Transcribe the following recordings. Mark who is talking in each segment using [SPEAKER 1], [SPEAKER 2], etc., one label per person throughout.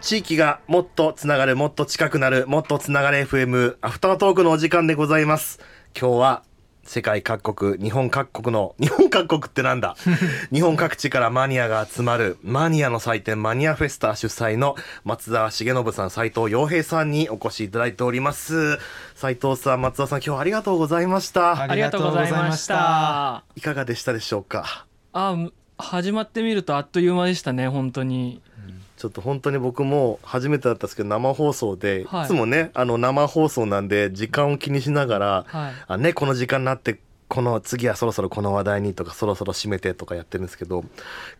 [SPEAKER 1] 地域がもっとつながる、もっと近くなる、もっとつながる FM、アフタートークのお時間でございます。今日は、世界各国、日本各国の、 日本各国ってなんだ日本各地からマニアが集まる、マニアの祭典、マニアフェスタ主催の松沢重信さん、斉藤洋平さんにお越しいただいております。斉藤さん、松沢さん、今日はありがとうございました。
[SPEAKER 2] ありがとうございました。
[SPEAKER 1] いかがでしたでしょうか
[SPEAKER 2] あ、む始まってみるとあっという間でしたね、本当に。
[SPEAKER 1] ちょっと本当に僕も初めてだったんですけど生放送で、
[SPEAKER 2] はい
[SPEAKER 1] い、つもねあの生放送なんで時間を気にしながら、
[SPEAKER 2] はい。
[SPEAKER 1] あね、この時間になってこの次はそろそろこの話題にとかそろそろ締めてとかやってるんですけど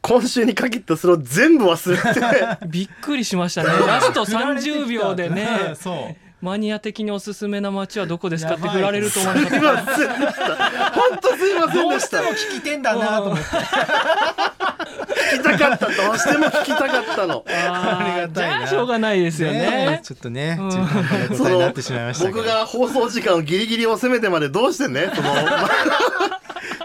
[SPEAKER 1] 今週に限ってそれを全部忘
[SPEAKER 3] 、
[SPEAKER 1] れて
[SPEAKER 2] びっくりしま したね。ラスト30秒でね
[SPEAKER 3] そ
[SPEAKER 2] マニア的におすすめな街はどこですかって
[SPEAKER 3] やばい
[SPEAKER 2] 振られると思いま
[SPEAKER 1] い
[SPEAKER 2] す。
[SPEAKER 1] ませんでした本当すいま
[SPEAKER 3] う。
[SPEAKER 1] せん
[SPEAKER 3] ど
[SPEAKER 1] で
[SPEAKER 3] うし
[SPEAKER 1] してた
[SPEAKER 3] も聞きてんだなと思って。
[SPEAKER 1] 聞きたかったどうしても聞きたかったの。
[SPEAKER 2] あ
[SPEAKER 3] あり
[SPEAKER 2] ー
[SPEAKER 3] が
[SPEAKER 2] じ
[SPEAKER 3] たいな
[SPEAKER 2] ゃあしょうがないですよね
[SPEAKER 3] え。ちょっとね、
[SPEAKER 2] うん
[SPEAKER 3] 中途半端な
[SPEAKER 1] そ
[SPEAKER 3] 答えにな
[SPEAKER 1] の
[SPEAKER 3] ってしまいましたけど。
[SPEAKER 1] 僕が放送時間をギリギリを攻めてまでどうしてねその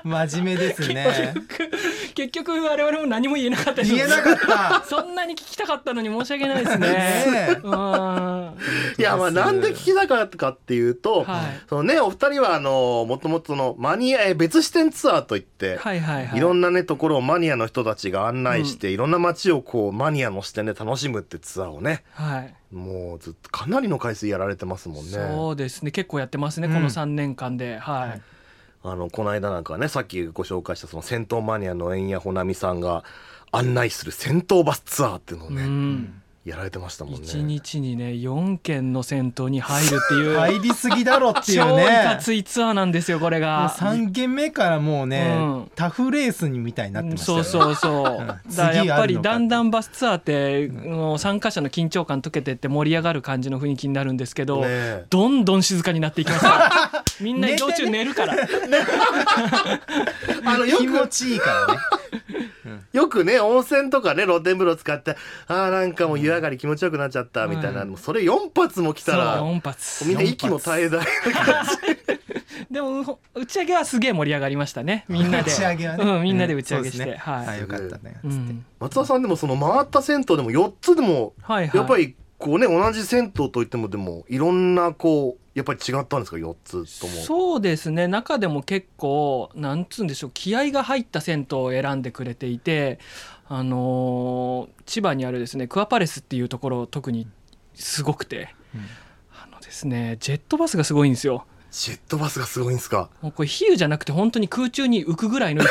[SPEAKER 3] 真面目ですね。
[SPEAKER 2] 結局我々も何も言えなかったです
[SPEAKER 3] 言えなかった。
[SPEAKER 2] そんなに聞きたかったのに申し訳ないです ね。
[SPEAKER 3] ね
[SPEAKER 2] うん。はい
[SPEAKER 1] やまあなんで聞きたかったかっていうと、
[SPEAKER 2] はい
[SPEAKER 1] そのねお二人はあのもともとのマニアえ別視点ツアーといって、
[SPEAKER 2] いはいはい。
[SPEAKER 1] いろんなねところをマニアの人たちが案内して、いろんな街をこうマニアの視点で楽しむってツアーをね
[SPEAKER 2] はい。
[SPEAKER 1] もうずっとかなりの回数やられてますもんね。
[SPEAKER 2] そうですね。結構やってますね。
[SPEAKER 3] うん
[SPEAKER 2] この3年間で。はい。
[SPEAKER 1] あのこの間なんかはねさっきご紹介したその戦闘マニアの円谷穂波さんが案内する戦闘バスツアーっていうのを
[SPEAKER 2] う
[SPEAKER 1] ね、
[SPEAKER 2] ん。
[SPEAKER 1] やられてましたもんね。
[SPEAKER 2] 一日にね4件の戦闘に入るってい う
[SPEAKER 3] 入りすぎだろってい
[SPEAKER 2] 超
[SPEAKER 3] う
[SPEAKER 2] い
[SPEAKER 3] ね
[SPEAKER 2] か。ついツアーなんですよこれ
[SPEAKER 3] もう
[SPEAKER 2] が。
[SPEAKER 3] 三軒目からもうね、
[SPEAKER 2] うん
[SPEAKER 3] タフレースにみたいになってましたよ、
[SPEAKER 2] そう
[SPEAKER 3] ね。う。
[SPEAKER 2] そうそう。
[SPEAKER 3] ん
[SPEAKER 2] だからやっぱ
[SPEAKER 3] 次あ
[SPEAKER 2] り
[SPEAKER 3] るのか
[SPEAKER 2] だんだんバスツアーって、うん参加者の緊張感解けてって盛り上がる感じの雰囲気になるんですけど、
[SPEAKER 1] ねえ
[SPEAKER 2] どんどん静かになってい きますから。みんな移動中寝るから。
[SPEAKER 1] あのよ
[SPEAKER 3] 気持
[SPEAKER 1] く
[SPEAKER 3] ちいいからね。
[SPEAKER 1] よくね温泉とかね露天風呂使ってあーなんかもう湯上がり気持ちよくなっちゃったみたいな、
[SPEAKER 2] うん
[SPEAKER 1] もうそれ4発も来
[SPEAKER 2] そう
[SPEAKER 1] たら
[SPEAKER 2] 4発
[SPEAKER 1] みんな息も絶え絶えな感じ
[SPEAKER 2] でもほ打ち上げはすげえ盛り上がりましたね みんなで
[SPEAKER 3] 打ち上げはね。
[SPEAKER 2] うんみんなで打ち上げして
[SPEAKER 3] そうですね
[SPEAKER 2] はい
[SPEAKER 3] あよかったね。
[SPEAKER 2] う
[SPEAKER 3] つって。
[SPEAKER 2] ん
[SPEAKER 1] 松田さんでもその回った銭湯でも4つでも
[SPEAKER 2] はいはい
[SPEAKER 1] やっぱりこうね同じ銭湯といってもでもいろんなこうやっぱり違ったんですか4つとも
[SPEAKER 2] そうですね中でも結構なんつうんでしょう気合が入った銭湯を選んでくれていて、あのー千葉にあるですねクアパレスっていうところ特にすごくて、
[SPEAKER 3] うん
[SPEAKER 2] あのですねジェットバスがすごいんですよ。
[SPEAKER 1] ジェットバスがすごいんですか
[SPEAKER 2] もうこれ比喩じゃなくて本当に空中に浮くぐらいの勢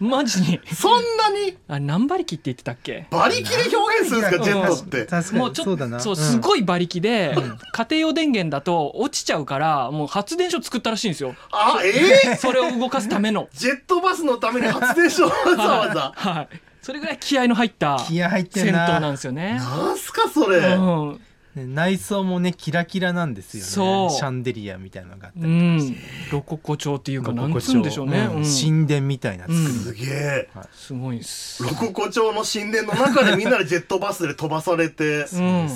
[SPEAKER 2] いなん ですよマジに
[SPEAKER 1] そんなに
[SPEAKER 2] あれ何馬力って言ってたっけ
[SPEAKER 1] 馬力で表現するんですかジェットって
[SPEAKER 3] 確かに
[SPEAKER 2] もうちょ
[SPEAKER 3] そ
[SPEAKER 2] っと
[SPEAKER 3] うだな。
[SPEAKER 2] そう、
[SPEAKER 3] ん
[SPEAKER 2] すごい馬力で、家庭用電源だと落ちちゃうから、もう発電所作ったらしいんですよ。
[SPEAKER 1] あえー、。
[SPEAKER 2] それを動かすための
[SPEAKER 1] ジェットバスのために発電所をわざわざ
[SPEAKER 2] はい。それぐらい気合の入った
[SPEAKER 3] 気合入って
[SPEAKER 2] 銭湯
[SPEAKER 3] んな
[SPEAKER 2] なんですよね。
[SPEAKER 1] なんすかそれ、
[SPEAKER 2] うん。
[SPEAKER 3] ね内装もねキラキラなんですよね
[SPEAKER 2] そう
[SPEAKER 3] シャンデリアみたいなのがあって、
[SPEAKER 2] うん。ロココ調っていうか、なんつうんでしょうね。
[SPEAKER 3] うん
[SPEAKER 2] うん
[SPEAKER 3] 神殿みたいな作り、
[SPEAKER 2] うん
[SPEAKER 1] すげえ
[SPEAKER 2] すごいです。
[SPEAKER 1] ロココ町の神殿の中でみんなでジェットバスで飛ばされて
[SPEAKER 2] うん。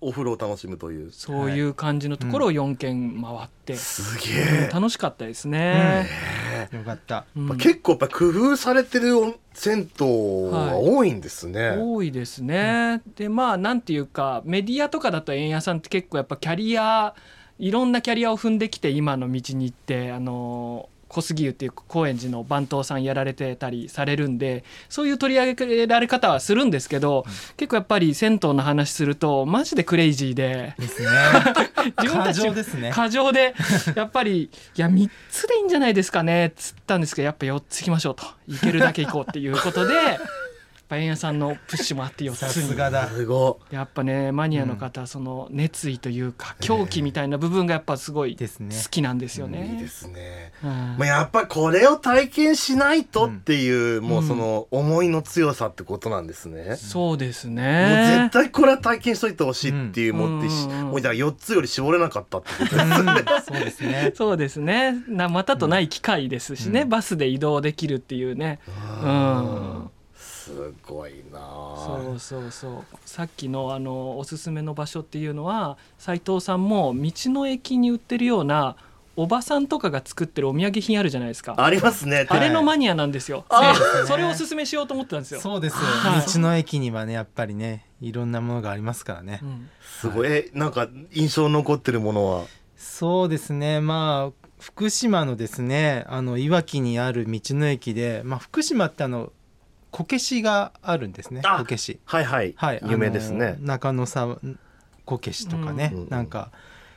[SPEAKER 1] お風呂を楽しむという
[SPEAKER 2] そういう感じのところを4軒回って、
[SPEAKER 1] すげえ、
[SPEAKER 2] 楽しかったですね。
[SPEAKER 3] よかった
[SPEAKER 2] うん
[SPEAKER 1] まあ結構やっぱ工夫されてるお銭湯は多いんですね、
[SPEAKER 2] 多いですね、でまあなんていうかメディアとかだと円谷さんって結構やっぱキャリアいろんなキャリアを踏んできて今の道に行ってあの小杉湯っていう高円寺の番頭さんやられてたりされるんでそういう取り上げられ方はするんですけど、結構やっぱり銭湯の話するとマジでクレイジーで
[SPEAKER 3] ですね
[SPEAKER 2] 自分た
[SPEAKER 3] 過
[SPEAKER 2] ち
[SPEAKER 3] 剰ですね
[SPEAKER 2] 過剰でやっぱり「いや3つでいいんじゃないですかね」っつったんですけどやっぱ4つ行きましょうと行けるだけ行こうっていうことでやっぱ円谷さんのプッシュもあって4
[SPEAKER 3] さ
[SPEAKER 2] つ
[SPEAKER 3] す
[SPEAKER 2] に。
[SPEAKER 3] がだ
[SPEAKER 1] すご
[SPEAKER 2] やっぱねマニアの方、その熱意というか狂気みたいな部分がやっぱすごい
[SPEAKER 3] ですね
[SPEAKER 2] 好きなんですよね。
[SPEAKER 1] いいですね、
[SPEAKER 2] うん
[SPEAKER 1] まあ、やっぱこれを体験しないとっていう、もうその思いの強さってことなんですね、
[SPEAKER 2] そうです
[SPEAKER 1] もう絶。
[SPEAKER 2] ね
[SPEAKER 1] 対これは体験しといてほしいっていう、
[SPEAKER 2] う
[SPEAKER 1] も
[SPEAKER 2] ん
[SPEAKER 1] ってし、
[SPEAKER 2] うん
[SPEAKER 1] もうだから4つより絞れなかったってことです
[SPEAKER 3] うんそうですね
[SPEAKER 2] そうですね。なまたとない機会ですしね、
[SPEAKER 3] うん
[SPEAKER 2] バスで移動できるっていうね。うん。
[SPEAKER 1] すごいな
[SPEAKER 2] そ
[SPEAKER 1] あ
[SPEAKER 2] うそうそう。さっきのあのおすすめの場所っていうのは斉藤さんも道の駅に売ってるようなおばさんとかが作ってるお土産品あるじゃないですか
[SPEAKER 1] ありますね
[SPEAKER 2] あ
[SPEAKER 3] はい
[SPEAKER 2] れのマニアなんですよ、
[SPEAKER 1] あ
[SPEAKER 2] ねそれをおすすめしようと思ってたんですよ、
[SPEAKER 3] そうです、
[SPEAKER 2] はい
[SPEAKER 3] 道の駅にはねやっぱりねいろんなものがありますからね、
[SPEAKER 2] うん
[SPEAKER 1] すごいえなんか印象残ってるものは
[SPEAKER 3] そうですねまあ福島のですねあのいわきにある道の駅で、まあ、福島ってあのこけしがあるんですね
[SPEAKER 1] あ
[SPEAKER 3] こけし
[SPEAKER 1] はいはい、
[SPEAKER 3] はい
[SPEAKER 1] 有名ですね
[SPEAKER 3] あの中野さんこけしとかね、
[SPEAKER 1] うんうん
[SPEAKER 3] なんか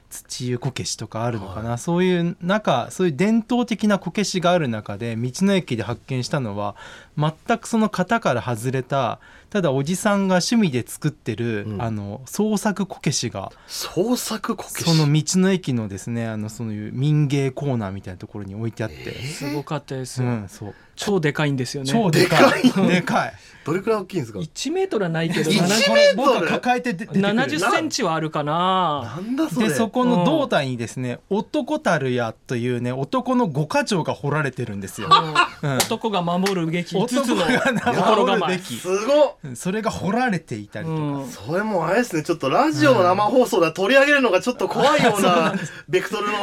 [SPEAKER 3] 土湯こけしとかあるのかな、そういう中そういう伝統的なこけしがある中で道の駅で発見したのは全くその型から外れたただおじさんが趣味で作ってる、
[SPEAKER 1] うん
[SPEAKER 3] あの創作こけしが
[SPEAKER 1] 創作こけし
[SPEAKER 3] その道の駅のですねあのそのいう民芸コーナーみたいなところに置いてあって、
[SPEAKER 2] すごかったです、
[SPEAKER 3] うん、そう
[SPEAKER 2] 超でかいんですよね
[SPEAKER 3] 超でかいでかい
[SPEAKER 1] どれくらい大きいんですか
[SPEAKER 2] 1メートルはないけど
[SPEAKER 1] 一メートル
[SPEAKER 3] これ僕は抱えて出てくる
[SPEAKER 2] 70センチはあるかな
[SPEAKER 1] なんだそれ
[SPEAKER 3] でそこの胴体にですね「男樽屋」というね男の五箇条が掘られてるんですよ。うん
[SPEAKER 2] 男が守るべき5つ
[SPEAKER 3] 男
[SPEAKER 2] の
[SPEAKER 3] が
[SPEAKER 2] 心
[SPEAKER 3] 守る
[SPEAKER 2] 構
[SPEAKER 3] べ
[SPEAKER 2] え
[SPEAKER 3] き
[SPEAKER 1] すごっ
[SPEAKER 3] うんそれが掘られていたりとか、
[SPEAKER 2] うん
[SPEAKER 1] それもあれですねちょっとラジオの生放送では取り上げるのがちょっと怖いよ うなベクトルの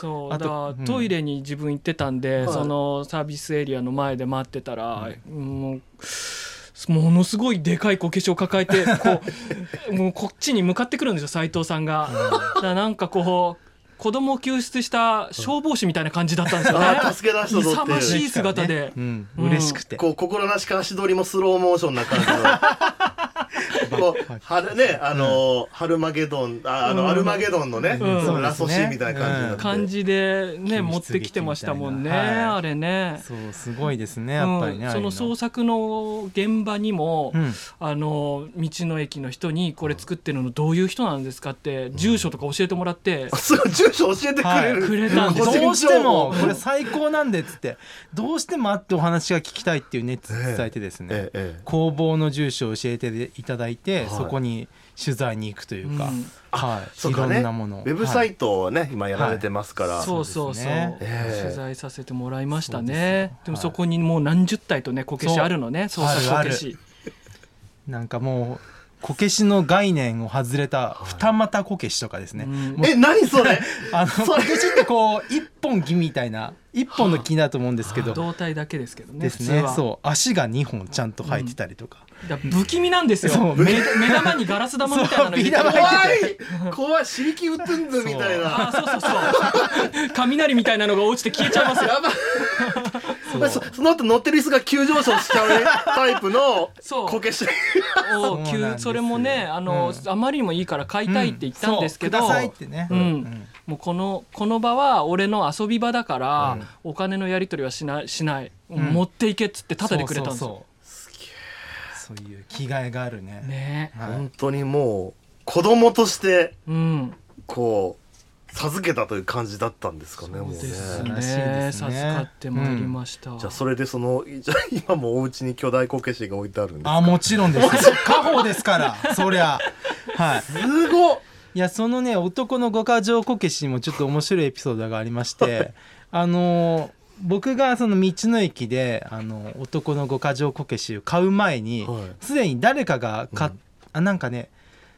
[SPEAKER 2] そうだ
[SPEAKER 3] あと
[SPEAKER 2] か
[SPEAKER 3] う
[SPEAKER 2] ら
[SPEAKER 3] ん
[SPEAKER 2] トイレに自分行ってたんで、
[SPEAKER 1] はい
[SPEAKER 2] そのサービスエリアの前で待ってたら、もうものすごいでかいこけしを抱えてこ うもうこっちに向かってくるんですよ斉藤さんが。だからなんかこう子供を救出した消防士みたいな感じだったんですよね。
[SPEAKER 1] あー助け出したぞっていう
[SPEAKER 2] 勇ましい姿で。
[SPEAKER 3] うん
[SPEAKER 2] うん
[SPEAKER 3] 嬉しくて、
[SPEAKER 1] こう心なしか足取りもスローモーションな感じ のこう春ねあのーハルマゲドンああ
[SPEAKER 2] うん
[SPEAKER 1] のアルマゲドンのね、
[SPEAKER 2] うん
[SPEAKER 1] そのラストシーンみたいな感じになって、
[SPEAKER 2] 感じで
[SPEAKER 3] 救出劇
[SPEAKER 2] ね持ってきてましたもんね、
[SPEAKER 3] みたいなはい
[SPEAKER 2] あれね。
[SPEAKER 3] そうすごいですねやっぱりね、
[SPEAKER 2] うん
[SPEAKER 3] ああい
[SPEAKER 2] そうの創作の現場にも、
[SPEAKER 3] うん
[SPEAKER 2] あの道の駅の人にこれ作ってるのどういう人なんですかって住所とか教えてもらって
[SPEAKER 1] あ、すごい住所教えてくれる、
[SPEAKER 2] はいくれたんで す
[SPEAKER 1] 個人情報
[SPEAKER 3] どうしてもこれ最高なんでっつってどうしても会ってお話が聞きたいっていう熱
[SPEAKER 1] ええ
[SPEAKER 3] 伝えてですね、
[SPEAKER 1] ええええ
[SPEAKER 3] 工房の住所を教えていただいて、
[SPEAKER 1] はい
[SPEAKER 3] そこに取材に行くというか、
[SPEAKER 2] うん
[SPEAKER 3] はい、
[SPEAKER 1] そう
[SPEAKER 3] い
[SPEAKER 1] か
[SPEAKER 3] ろ
[SPEAKER 1] ね
[SPEAKER 3] んなもの
[SPEAKER 1] ウェブサイトをね、今やられてますから、
[SPEAKER 2] そうそう
[SPEAKER 3] そうで
[SPEAKER 2] そう
[SPEAKER 3] すね
[SPEAKER 1] ええ
[SPEAKER 2] 取材させてもらいました
[SPEAKER 3] そうです
[SPEAKER 2] ね
[SPEAKER 3] よ
[SPEAKER 2] でもそこにもう何十体とねこけしあるのね
[SPEAKER 3] そ
[SPEAKER 2] 創
[SPEAKER 3] う
[SPEAKER 2] 作こけし
[SPEAKER 3] なんかもうこけしの概念を外れた二股こけしとかですね、
[SPEAKER 2] うん
[SPEAKER 3] もう
[SPEAKER 1] え何それ
[SPEAKER 3] あの
[SPEAKER 1] そ
[SPEAKER 3] こ
[SPEAKER 1] れ
[SPEAKER 3] けしってこう一本木みたいな一本の木だと思うんですけど、
[SPEAKER 2] 胴体だけですけどね
[SPEAKER 3] です
[SPEAKER 2] 普通
[SPEAKER 3] ね
[SPEAKER 2] は
[SPEAKER 3] そう足が2本ちゃんと生えてたりとか、
[SPEAKER 2] だから不気味なんです
[SPEAKER 3] そ
[SPEAKER 2] よ
[SPEAKER 3] う
[SPEAKER 2] 目目玉にガラス玉みたいなの入れて
[SPEAKER 3] そうビー玉
[SPEAKER 1] 怖
[SPEAKER 3] 入
[SPEAKER 1] い怖いシリキウトゥンズみたいな
[SPEAKER 2] あそうそうそう 雷みたいなのが落ちて消えちゃいますよ
[SPEAKER 1] やばいそその後乗ってる椅子が急上昇しちゃうねタイプの
[SPEAKER 2] そう
[SPEAKER 1] こけし
[SPEAKER 2] お
[SPEAKER 3] そうなん
[SPEAKER 2] 急
[SPEAKER 3] です
[SPEAKER 2] それもねあの、
[SPEAKER 3] う
[SPEAKER 2] あまりにもいいから買いたいって言ったんですけど、
[SPEAKER 3] そうくださいってね、
[SPEAKER 2] うんもうこのこの場は俺の遊び場だから、お金のやり取りはしないしない、
[SPEAKER 3] ん
[SPEAKER 2] 持っていけっつってタダでくれたんですよ
[SPEAKER 3] そうそうそうそういう気概があるね
[SPEAKER 2] ね
[SPEAKER 3] はい
[SPEAKER 1] 本当にもう子供として
[SPEAKER 2] うん
[SPEAKER 1] こう授けたという感じだったんですかねもうね
[SPEAKER 2] ですね
[SPEAKER 3] らしいです
[SPEAKER 2] 授
[SPEAKER 3] ね
[SPEAKER 2] かってまいりました、
[SPEAKER 1] じゃあそれでそのじゃあ今もお家に巨大こけしが置いてあるんです
[SPEAKER 3] あもちろんですよ家宝ですからそりゃはい
[SPEAKER 1] すごっ
[SPEAKER 3] いやそのね男の五箇条こけしにもちょっと面白いエピソードがありまして あのー僕がその道の駅であの男の五箇条こけしを買う前に
[SPEAKER 1] はい
[SPEAKER 3] すで、に誰かが買っ、あなんかね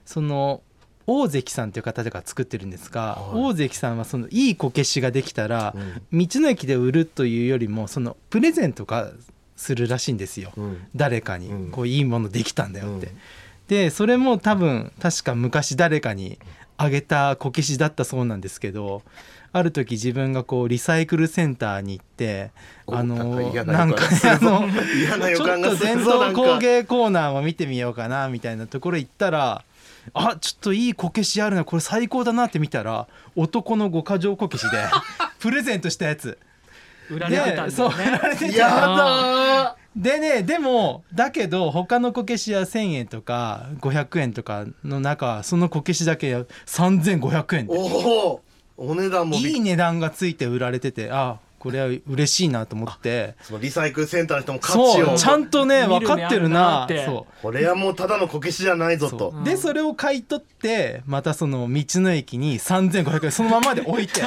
[SPEAKER 3] その大関さんという方が作ってるんですが、
[SPEAKER 1] はい
[SPEAKER 3] 大関さんはそのいいこけしができたら、
[SPEAKER 1] うん
[SPEAKER 3] 道の駅で売るというよりもそのプレゼントがするらしいんですよ。
[SPEAKER 1] うん
[SPEAKER 3] 誰か
[SPEAKER 1] うん
[SPEAKER 3] にこういいものできたんだよって、
[SPEAKER 1] うん
[SPEAKER 3] でそれも多分確か昔誰かにあげたこけしだったそうなんですけどある時自分がこうリサイクルセンターに行って
[SPEAKER 1] お
[SPEAKER 3] あの
[SPEAKER 1] な
[SPEAKER 3] なんん
[SPEAKER 1] か
[SPEAKER 3] か
[SPEAKER 1] 嫌
[SPEAKER 3] ね
[SPEAKER 1] な
[SPEAKER 3] あ
[SPEAKER 1] 予
[SPEAKER 3] の
[SPEAKER 1] 嫌な予
[SPEAKER 3] ちょ
[SPEAKER 1] 感
[SPEAKER 3] っ
[SPEAKER 1] が
[SPEAKER 3] と
[SPEAKER 1] する
[SPEAKER 3] 伝
[SPEAKER 1] ぞな
[SPEAKER 3] 統
[SPEAKER 1] ん
[SPEAKER 3] 工
[SPEAKER 1] か
[SPEAKER 3] 芸コーナーも見てみようかなみたいなところ行ったらあちょっといいこけしあるなこれ最高だなって見たら男の五箇条こ けしでプレゼントしたやつ。
[SPEAKER 2] 売られてた
[SPEAKER 3] で
[SPEAKER 2] んだよ
[SPEAKER 3] そうや
[SPEAKER 2] ね
[SPEAKER 3] られてて
[SPEAKER 1] やだー
[SPEAKER 3] でねでもだけど他のこけしは1,000円とか500円とかの中そのこけしだけ3,500円で
[SPEAKER 1] おおお値段もびっ
[SPEAKER 3] いい値段がついて売られててあこれは嬉しいなと思って
[SPEAKER 1] そのリサイクルセンターの人も価値
[SPEAKER 3] そ
[SPEAKER 1] を
[SPEAKER 3] うちゃんとね
[SPEAKER 2] 見る
[SPEAKER 3] 分
[SPEAKER 2] 目
[SPEAKER 3] かってるな
[SPEAKER 2] あるなって
[SPEAKER 3] そ
[SPEAKER 1] これはもうただのこけしじゃないうぞと
[SPEAKER 3] そうでそれを買い取ってまたその道の駅に3,500円そのままで置い て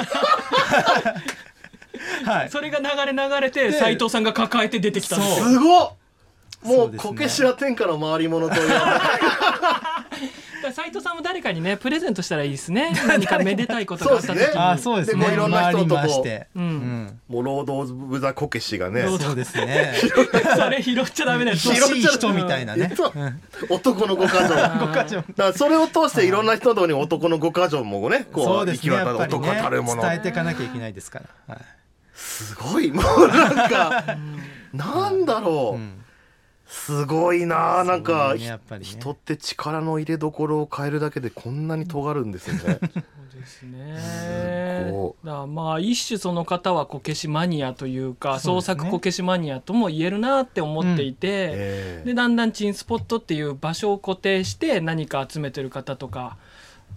[SPEAKER 3] はい
[SPEAKER 2] それが流れ流れて
[SPEAKER 3] で
[SPEAKER 2] 斉藤さんが抱えて出てきたんですよ
[SPEAKER 3] そ
[SPEAKER 1] すごっ
[SPEAKER 3] そ
[SPEAKER 1] も
[SPEAKER 3] う
[SPEAKER 1] う
[SPEAKER 3] ですね
[SPEAKER 1] こけしは天下の回り物という
[SPEAKER 2] だから斉イトさんも誰かにねプレゼントしたらいいです ね何かめでたいことがあった時
[SPEAKER 1] そうですね
[SPEAKER 2] に
[SPEAKER 3] あーそうですね
[SPEAKER 1] でもういろんな人とこう
[SPEAKER 3] 回りまして、
[SPEAKER 2] うん
[SPEAKER 1] もうロード・オブ・ザ・こけしがね
[SPEAKER 3] うんそうですね
[SPEAKER 2] それ拾っちゃダメだよ
[SPEAKER 1] 拾っ
[SPEAKER 3] 欲
[SPEAKER 1] ちゃ
[SPEAKER 3] しい人みたいなね
[SPEAKER 1] そう男のご家
[SPEAKER 2] あ
[SPEAKER 1] 族
[SPEAKER 2] ー
[SPEAKER 3] ご家長
[SPEAKER 1] だからそれを通していろんな人のとこに男のご家族もね
[SPEAKER 3] そ
[SPEAKER 1] こ
[SPEAKER 3] う
[SPEAKER 1] う
[SPEAKER 3] で
[SPEAKER 1] 行
[SPEAKER 3] す
[SPEAKER 1] き
[SPEAKER 3] ね
[SPEAKER 1] 渡
[SPEAKER 3] や
[SPEAKER 1] る
[SPEAKER 3] っぱり
[SPEAKER 1] 男
[SPEAKER 3] ね
[SPEAKER 1] たるもの
[SPEAKER 3] 伝えていかなきゃいけないですから、はい
[SPEAKER 1] すごいも うなんかなんだろ
[SPEAKER 3] う
[SPEAKER 1] うんすごいななんか
[SPEAKER 3] そうねやっぱりね
[SPEAKER 1] 人って力の入れどころを変えるだけでこんなに尖るんですね
[SPEAKER 2] そうですね
[SPEAKER 1] すご。
[SPEAKER 2] だからまあ一種その方はこけしマニアというか
[SPEAKER 3] そうで
[SPEAKER 2] 創
[SPEAKER 3] すね
[SPEAKER 2] 作こけしマニアとも言えるなって思っていて、
[SPEAKER 1] え
[SPEAKER 2] で
[SPEAKER 1] え
[SPEAKER 2] だんだんチンスポットっていう場所を固定して何か集めてる方とか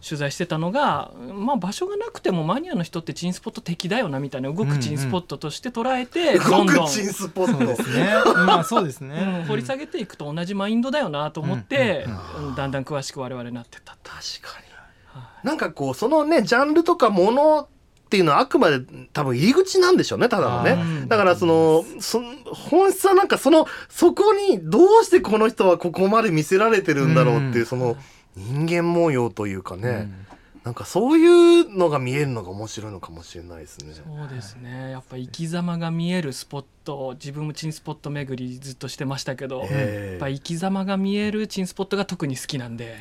[SPEAKER 2] 取材してたのが、まあ、場所がなくてもマニアの人ってチンスポット敵だよなみたいな動くチンスポットとして捉えてど
[SPEAKER 1] 動
[SPEAKER 2] んどん
[SPEAKER 1] く。チンスポ
[SPEAKER 3] そう
[SPEAKER 1] ッ
[SPEAKER 3] で
[SPEAKER 1] ト
[SPEAKER 3] す ねまあそうですね、
[SPEAKER 2] うん掘り下げていくと同じマインドだよなと思って、
[SPEAKER 1] うん
[SPEAKER 2] うんだんだん詳しく我々になってったと。
[SPEAKER 1] 確かになんかこうそのねジャンルとかものっていうのはあくまで多分入り口なんでしょうねただの
[SPEAKER 3] あ
[SPEAKER 1] ね
[SPEAKER 2] ー
[SPEAKER 1] だからそのその本質はなんかそのそこにどうしてこの人はここまで見せられてるんだろうっていううんその人間模様というか
[SPEAKER 3] う
[SPEAKER 1] ね
[SPEAKER 3] ん
[SPEAKER 1] なんかそういうのが見えるのが面白いのかもしれないですね。
[SPEAKER 2] そうですねやっぱ生き様が見えるスポット自分もチンスポット巡りずっとしてましたけど、やっ
[SPEAKER 1] え
[SPEAKER 2] ぱ
[SPEAKER 1] え
[SPEAKER 2] 生き様が見えるチンスポットが特に好きなんで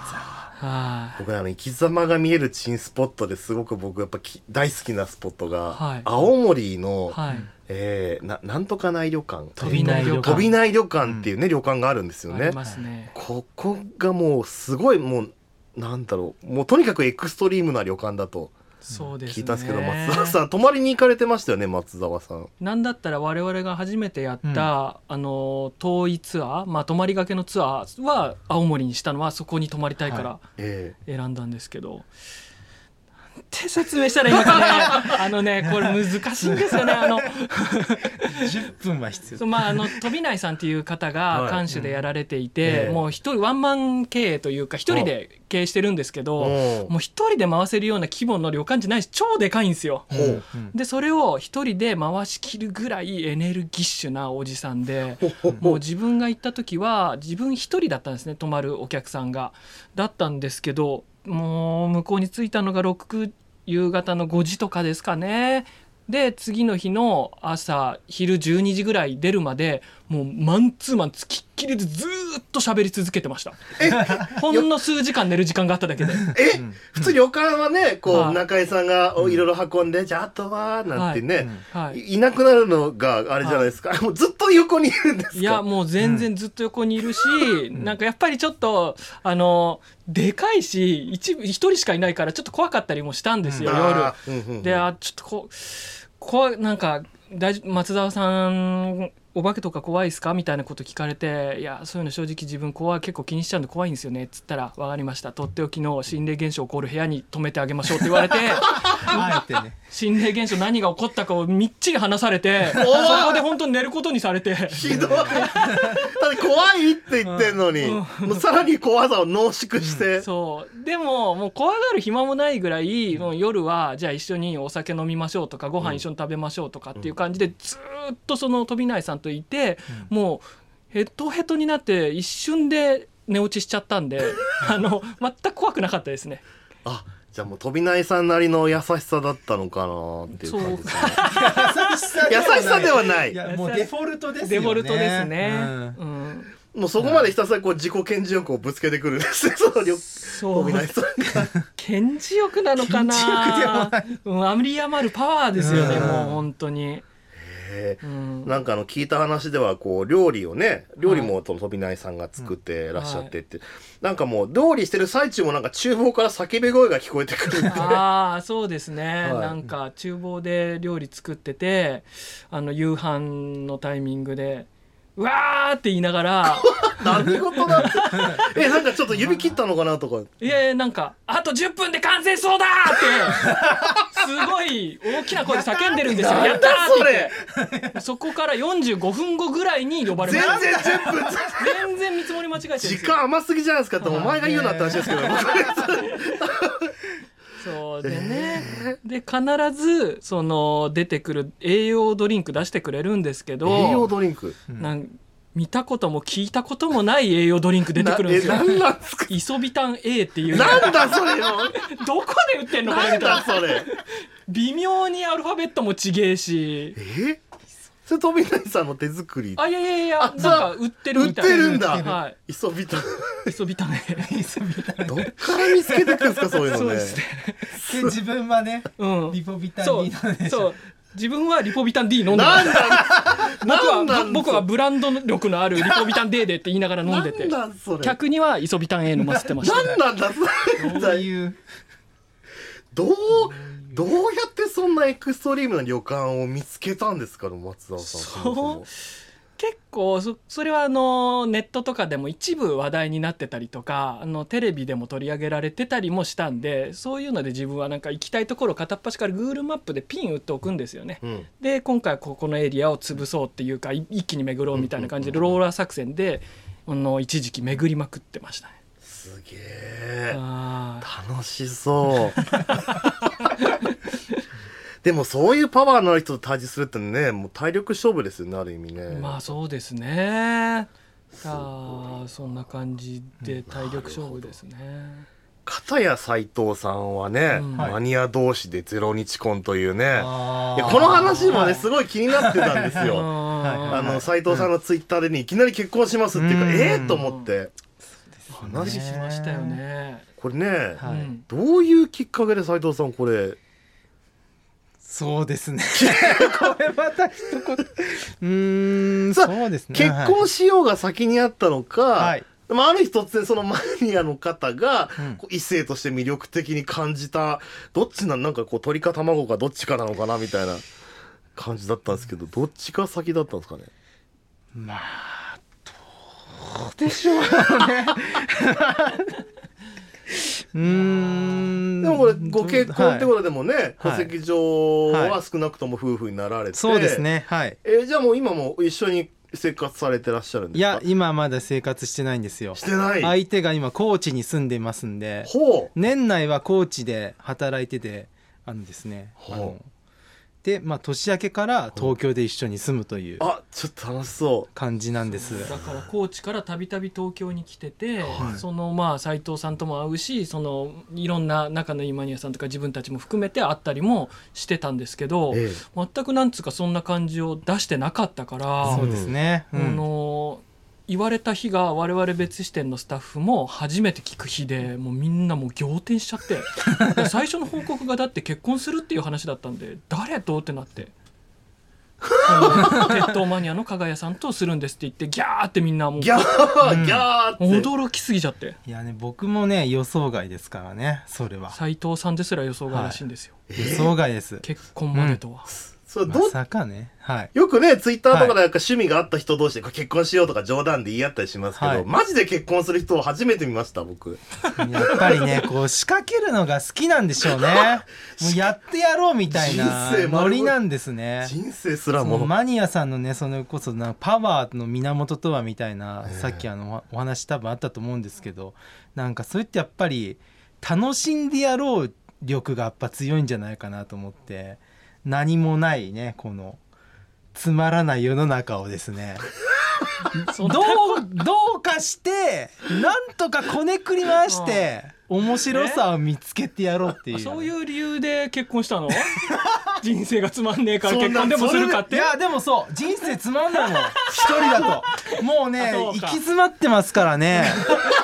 [SPEAKER 2] はい
[SPEAKER 1] 僕ねあの生き様が見える珍スポットですごく僕やっぱき大好きなスポットが、
[SPEAKER 2] はい
[SPEAKER 1] 青森の、
[SPEAKER 2] はい
[SPEAKER 1] えーななんとかない旅館
[SPEAKER 2] 飛びない旅館
[SPEAKER 1] 飛びない旅館っていうね、旅館があるんですよ
[SPEAKER 2] あ
[SPEAKER 1] ね
[SPEAKER 2] り。ますね
[SPEAKER 1] ここがもうすごいもうなんだろうもうとにかくエクストリームな旅館だと
[SPEAKER 2] そうですね
[SPEAKER 1] 聞いたんですけど松沢さん泊まりに行かれてましたよね松沢さん。
[SPEAKER 2] なんだったら我々が初めてやった、あの遠いツアーまあ泊まりがけのツアーは青森にしたのはそこに泊まりたいから
[SPEAKER 1] ええ
[SPEAKER 2] 選んだんですけど、なんて説明したらいいのかね あのねこれ難しいんですよねあの
[SPEAKER 3] 10分は必
[SPEAKER 2] そ
[SPEAKER 3] 要
[SPEAKER 2] うまああの飛内さんっていう方が
[SPEAKER 1] はい
[SPEAKER 2] 監修でやられてい
[SPEAKER 1] え
[SPEAKER 2] て、
[SPEAKER 1] え
[SPEAKER 2] もう一人ワンマン経営というか一人で経営してるんですけど、
[SPEAKER 1] うん
[SPEAKER 2] もう一人で回せるような規模の旅館じゃないし超でかいんですよ。
[SPEAKER 1] ほう
[SPEAKER 3] うん
[SPEAKER 2] でそれを一人で回しきるぐらいエネルギッシュなおじさんで。
[SPEAKER 1] ほうほう
[SPEAKER 2] もう自分が行った時は自分一人だったんですね泊まるお客さんが。だったんですけどもう向こうに着いたのが6夕方の5時とかですかね。で次の日の朝昼12時ぐらい出るまでもうマンツーマンつきっきりでずーっと喋り続けてま したほんの数時間寝る時間があっただけ で
[SPEAKER 1] え、普通旅館はねこう、
[SPEAKER 2] はい
[SPEAKER 1] 中井さんがおいろいろ運んで、じゃああとはなんてね、
[SPEAKER 3] はい
[SPEAKER 1] い
[SPEAKER 2] はい
[SPEAKER 1] いなくなるのがあれじゃないですか、もうずっと横にいるんですか
[SPEAKER 2] いやもう全然ずっと横にいるし、なんかやっぱりちょっとあのでかいし一部一人しかいないからちょっと怖かったりもしたんですよ、夜。
[SPEAKER 1] あーうんうん
[SPEAKER 2] であちょっとこう怖いなんか大丈夫松沢さんお化けとか怖いですかみたいなこと聞かれて「いやそういうの正直自分怖い結構気にしちゃうんで怖いんですよね」っつったら「分かりましたとっておきの心霊現象起こる部屋に泊めてあげましょう」って 言われて
[SPEAKER 3] あえてね
[SPEAKER 2] 心霊現象何が起こったかをみっちり話されてそこで本当に寝ることにされて。
[SPEAKER 1] ひ どいだって怖いって言ってんのに、もうさらに怖さを濃縮して、
[SPEAKER 2] そうでももう怖がる暇もないぐらいもう夜はじゃあ一緒にお酒飲みましょうとかご飯一緒に食べましょうとかっていう感じでずーっとその飛内さんといてもうヘトヘトになって一瞬で寝落ちしちゃった んであの全く怖くなかったですね。
[SPEAKER 1] あじゃあもう飛びないさんなりの優しさだったのかなっていう感じですね
[SPEAKER 3] 優しさ
[SPEAKER 1] 優しさではない
[SPEAKER 3] いやもうデフォルトですよね
[SPEAKER 2] デフォルトですね。
[SPEAKER 3] うん
[SPEAKER 2] うん
[SPEAKER 1] もうそこまでひたすらこう自己顕示欲をぶつけてくるんですねその旅
[SPEAKER 2] そ
[SPEAKER 1] 飛
[SPEAKER 2] う
[SPEAKER 1] びないさんが
[SPEAKER 2] 顕示欲なのかな
[SPEAKER 3] 顕
[SPEAKER 2] うん、あり余るパワーですよね、
[SPEAKER 3] うん
[SPEAKER 2] もう本当に。
[SPEAKER 1] へー
[SPEAKER 2] うん
[SPEAKER 1] なんかあの聞いた話ではこう料理をね料理もその飛びないさんが作ってらっしゃってって、なんかもう料理してる最中もなんか厨房から叫び声が聞こえてくる って
[SPEAKER 2] ああそうですね、
[SPEAKER 1] はい
[SPEAKER 2] なんか厨房で料理作っててあの夕飯のタイミングで「うわ!」って言いながら
[SPEAKER 1] 何事だ ってえなんかちょっと指切ったのかなとか
[SPEAKER 2] 「いやいやなんかあと10分で完成そうだ!」ってすごい大きな声で叫んでる んですよ「やった!」って言ってそこから45分後ぐらいに呼ばれま
[SPEAKER 1] 全
[SPEAKER 2] し
[SPEAKER 1] 然
[SPEAKER 2] た
[SPEAKER 1] 全部
[SPEAKER 2] 全然見積もり間違えてるんです
[SPEAKER 1] 時
[SPEAKER 2] よ
[SPEAKER 1] 間甘すぎじゃないですかってお前が言うなって話ですけど
[SPEAKER 2] そうでね、で必ずその出てくる栄養ドリンク出してくれるんですけど
[SPEAKER 1] 栄養ドリンク
[SPEAKER 3] うん
[SPEAKER 2] なん見たことも聞いたこともない栄養ドリンク出てくるんですよ
[SPEAKER 1] なえなんなんですか
[SPEAKER 2] イソビタン A っていう
[SPEAKER 1] なんだそれよ
[SPEAKER 2] どこで売ってんのこれ
[SPEAKER 1] な
[SPEAKER 2] みた
[SPEAKER 1] ん
[SPEAKER 2] いな
[SPEAKER 1] だそれ
[SPEAKER 2] 微妙にアルファベットもちげえし
[SPEAKER 1] えそれ富谷さんの手作り
[SPEAKER 2] あいやいやいやなん
[SPEAKER 1] あそう
[SPEAKER 2] か売ってる
[SPEAKER 1] 売っ
[SPEAKER 2] み
[SPEAKER 1] て
[SPEAKER 2] たい
[SPEAKER 1] るんだ、
[SPEAKER 2] は
[SPEAKER 1] イソビタン
[SPEAKER 2] いイソビタン A
[SPEAKER 1] どっから見つけてくるんですかそういうのね
[SPEAKER 2] そうですね
[SPEAKER 3] で自分はね
[SPEAKER 2] うん
[SPEAKER 3] リポビタン
[SPEAKER 2] そう
[SPEAKER 3] D なんでしょ
[SPEAKER 2] そう自分はリポビタン D 飲んで
[SPEAKER 1] なんだ
[SPEAKER 2] た僕は
[SPEAKER 1] なんなん
[SPEAKER 2] ぶ僕はブランド力のあるリポビタン D でって言いながら飲んでて
[SPEAKER 1] なんだそれ
[SPEAKER 2] 客にはイソビタン A 飲ませてました
[SPEAKER 1] なんなんだそ
[SPEAKER 3] そう
[SPEAKER 1] れ
[SPEAKER 3] いう
[SPEAKER 1] どうどうやってそんなエクストリームな旅館を見つけたんですかね松沢さん
[SPEAKER 2] そう結構そそれはあのネットとかでも一部話題になってたりとかあのテレビでも取り上げられてたりもしたんでそういうので自分はなんか行きたいところを片っ端から Google マップでピン打っておくんですよね。
[SPEAKER 1] うん
[SPEAKER 2] で今回はここのエリアを潰そうっていうかい一気に巡ろうみたいな感じでローラー作戦であの一時期巡りまくってましたね。
[SPEAKER 1] すげえ
[SPEAKER 2] あー
[SPEAKER 1] 楽し そうでもそういうパワーのある人と対峙するってねもう体力勝負ですよねある意味ね
[SPEAKER 2] まあそうですね。
[SPEAKER 1] すごい
[SPEAKER 2] あーそんな感じで体力勝負ですね。
[SPEAKER 1] 片や斎藤さんはね、
[SPEAKER 2] うん
[SPEAKER 1] マニア同士でゼロ日コンというね
[SPEAKER 3] あ
[SPEAKER 1] い
[SPEAKER 3] ー
[SPEAKER 1] やこの話もね、
[SPEAKER 3] はい
[SPEAKER 1] すごい気になってたんです
[SPEAKER 2] うん
[SPEAKER 1] よ
[SPEAKER 3] はい
[SPEAKER 1] あの斎藤さんのツイッターでねいきなり結婚しますっていうか、
[SPEAKER 3] うん
[SPEAKER 1] ええと思って話
[SPEAKER 2] 話しましたよね。
[SPEAKER 1] これね、
[SPEAKER 3] はい
[SPEAKER 2] うん
[SPEAKER 1] どういうきっかけで斎藤さんこれ
[SPEAKER 3] そうです ねこれまた一言うーん
[SPEAKER 1] さあ
[SPEAKER 3] そうですね
[SPEAKER 1] 結
[SPEAKER 3] はい
[SPEAKER 1] 婚しようが先にあったのか、
[SPEAKER 3] はい
[SPEAKER 1] まあ、ある日突然そのマニアの方が
[SPEAKER 3] うん
[SPEAKER 1] こう異性として魅力的に感じたどっちなんなんかこう鳥か卵かどっちかなのかなみたいな感じだったんですけどどっちが先だったんですかね
[SPEAKER 3] まあどうでしょうねうー ん
[SPEAKER 1] でもこれご結婚って
[SPEAKER 3] と、
[SPEAKER 1] こ
[SPEAKER 3] は
[SPEAKER 1] とでもね、戸籍上は少なくとも夫婦になられ
[SPEAKER 3] い
[SPEAKER 1] て、
[SPEAKER 3] そうですねはい
[SPEAKER 1] えーじゃあもう今も一緒に生活されてらっしゃるんで
[SPEAKER 3] い
[SPEAKER 1] すか
[SPEAKER 3] や今まだ生活してないんですよ
[SPEAKER 1] してない、
[SPEAKER 3] 相手が今高知に住んでいますんで
[SPEAKER 1] ほう
[SPEAKER 3] 年内は高知で働いててあのですね
[SPEAKER 1] ほう
[SPEAKER 3] あのでまあ年明けから東京で一緒に住むという
[SPEAKER 1] あちょっと楽しそ
[SPEAKER 3] 感じなんです
[SPEAKER 2] だから高知からたびたび東京に来てて、
[SPEAKER 1] はい
[SPEAKER 2] そのまあ斉藤さんとも会うしそのいろんな仲のいいマニアさんとか自分たちも含めて会ったりもしてたんですけど
[SPEAKER 1] う、ええ
[SPEAKER 2] 全くなんつうかそんな感じを出してなかったから、
[SPEAKER 3] そうですね、う
[SPEAKER 2] あ
[SPEAKER 3] ん
[SPEAKER 2] の言われた日が我々別支店のスタッフも初めて聞く日でもうみんなもう仰天しちゃって で最初の報告がだって結婚するっていう話だったんで誰とってなって。あの鉄塔マニアの加賀谷さんとするんですって言ってギャーってみんなもう
[SPEAKER 1] ギャー、
[SPEAKER 3] うん
[SPEAKER 1] ギャーって
[SPEAKER 2] 驚きすぎちゃって
[SPEAKER 3] いやね僕もね予想外ですからねそれは
[SPEAKER 2] 斉藤さんですら予想外らしいんですよ、
[SPEAKER 3] 予想外です
[SPEAKER 2] 結婚までとは、
[SPEAKER 1] そうど
[SPEAKER 3] まさかねはい
[SPEAKER 1] よくねツイッターとかでなんか趣味があった人同士でこれ結婚しようとか冗談で言い合ったりしますけど、
[SPEAKER 3] はい
[SPEAKER 1] マジで結婚する人を初めて見ました僕
[SPEAKER 3] やっぱ りねこう仕掛けるのが好きなんでしょうねもうやってやろうみたいな
[SPEAKER 1] 人生丸ごと
[SPEAKER 3] ノリなんですね
[SPEAKER 1] 人生すら
[SPEAKER 3] その
[SPEAKER 1] も
[SPEAKER 3] マニアさんのねそれこそなパワーの源とはみたいな、
[SPEAKER 1] ええ
[SPEAKER 3] さっきあのおお話多分あったと思うんですけどなんかそれってやっぱり楽しんでやろう力がやっぱ強いんじゃないかなと思って何もないねこのつまらない世の中をですね
[SPEAKER 2] そ
[SPEAKER 3] どう
[SPEAKER 2] んな
[SPEAKER 3] どうかしてなんとかこねくり回 して面白さを見つけてやろうっていう、
[SPEAKER 2] あそういう理由で結婚したの人生がつまんねえから結婚でもするかっ
[SPEAKER 3] い
[SPEAKER 2] て
[SPEAKER 3] やでもそう人生つまんないもん一人だともうね
[SPEAKER 2] あそう
[SPEAKER 3] 行き
[SPEAKER 2] か
[SPEAKER 3] 詰まってますから ね